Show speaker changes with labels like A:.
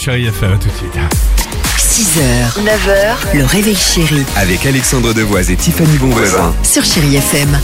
A: Chérie FM, à tout de suite.
B: 6h, 9h, le réveil chéri
C: Avec Alexandre Devoise et Tiffany Bonvoisin.
B: sur Chéri FM.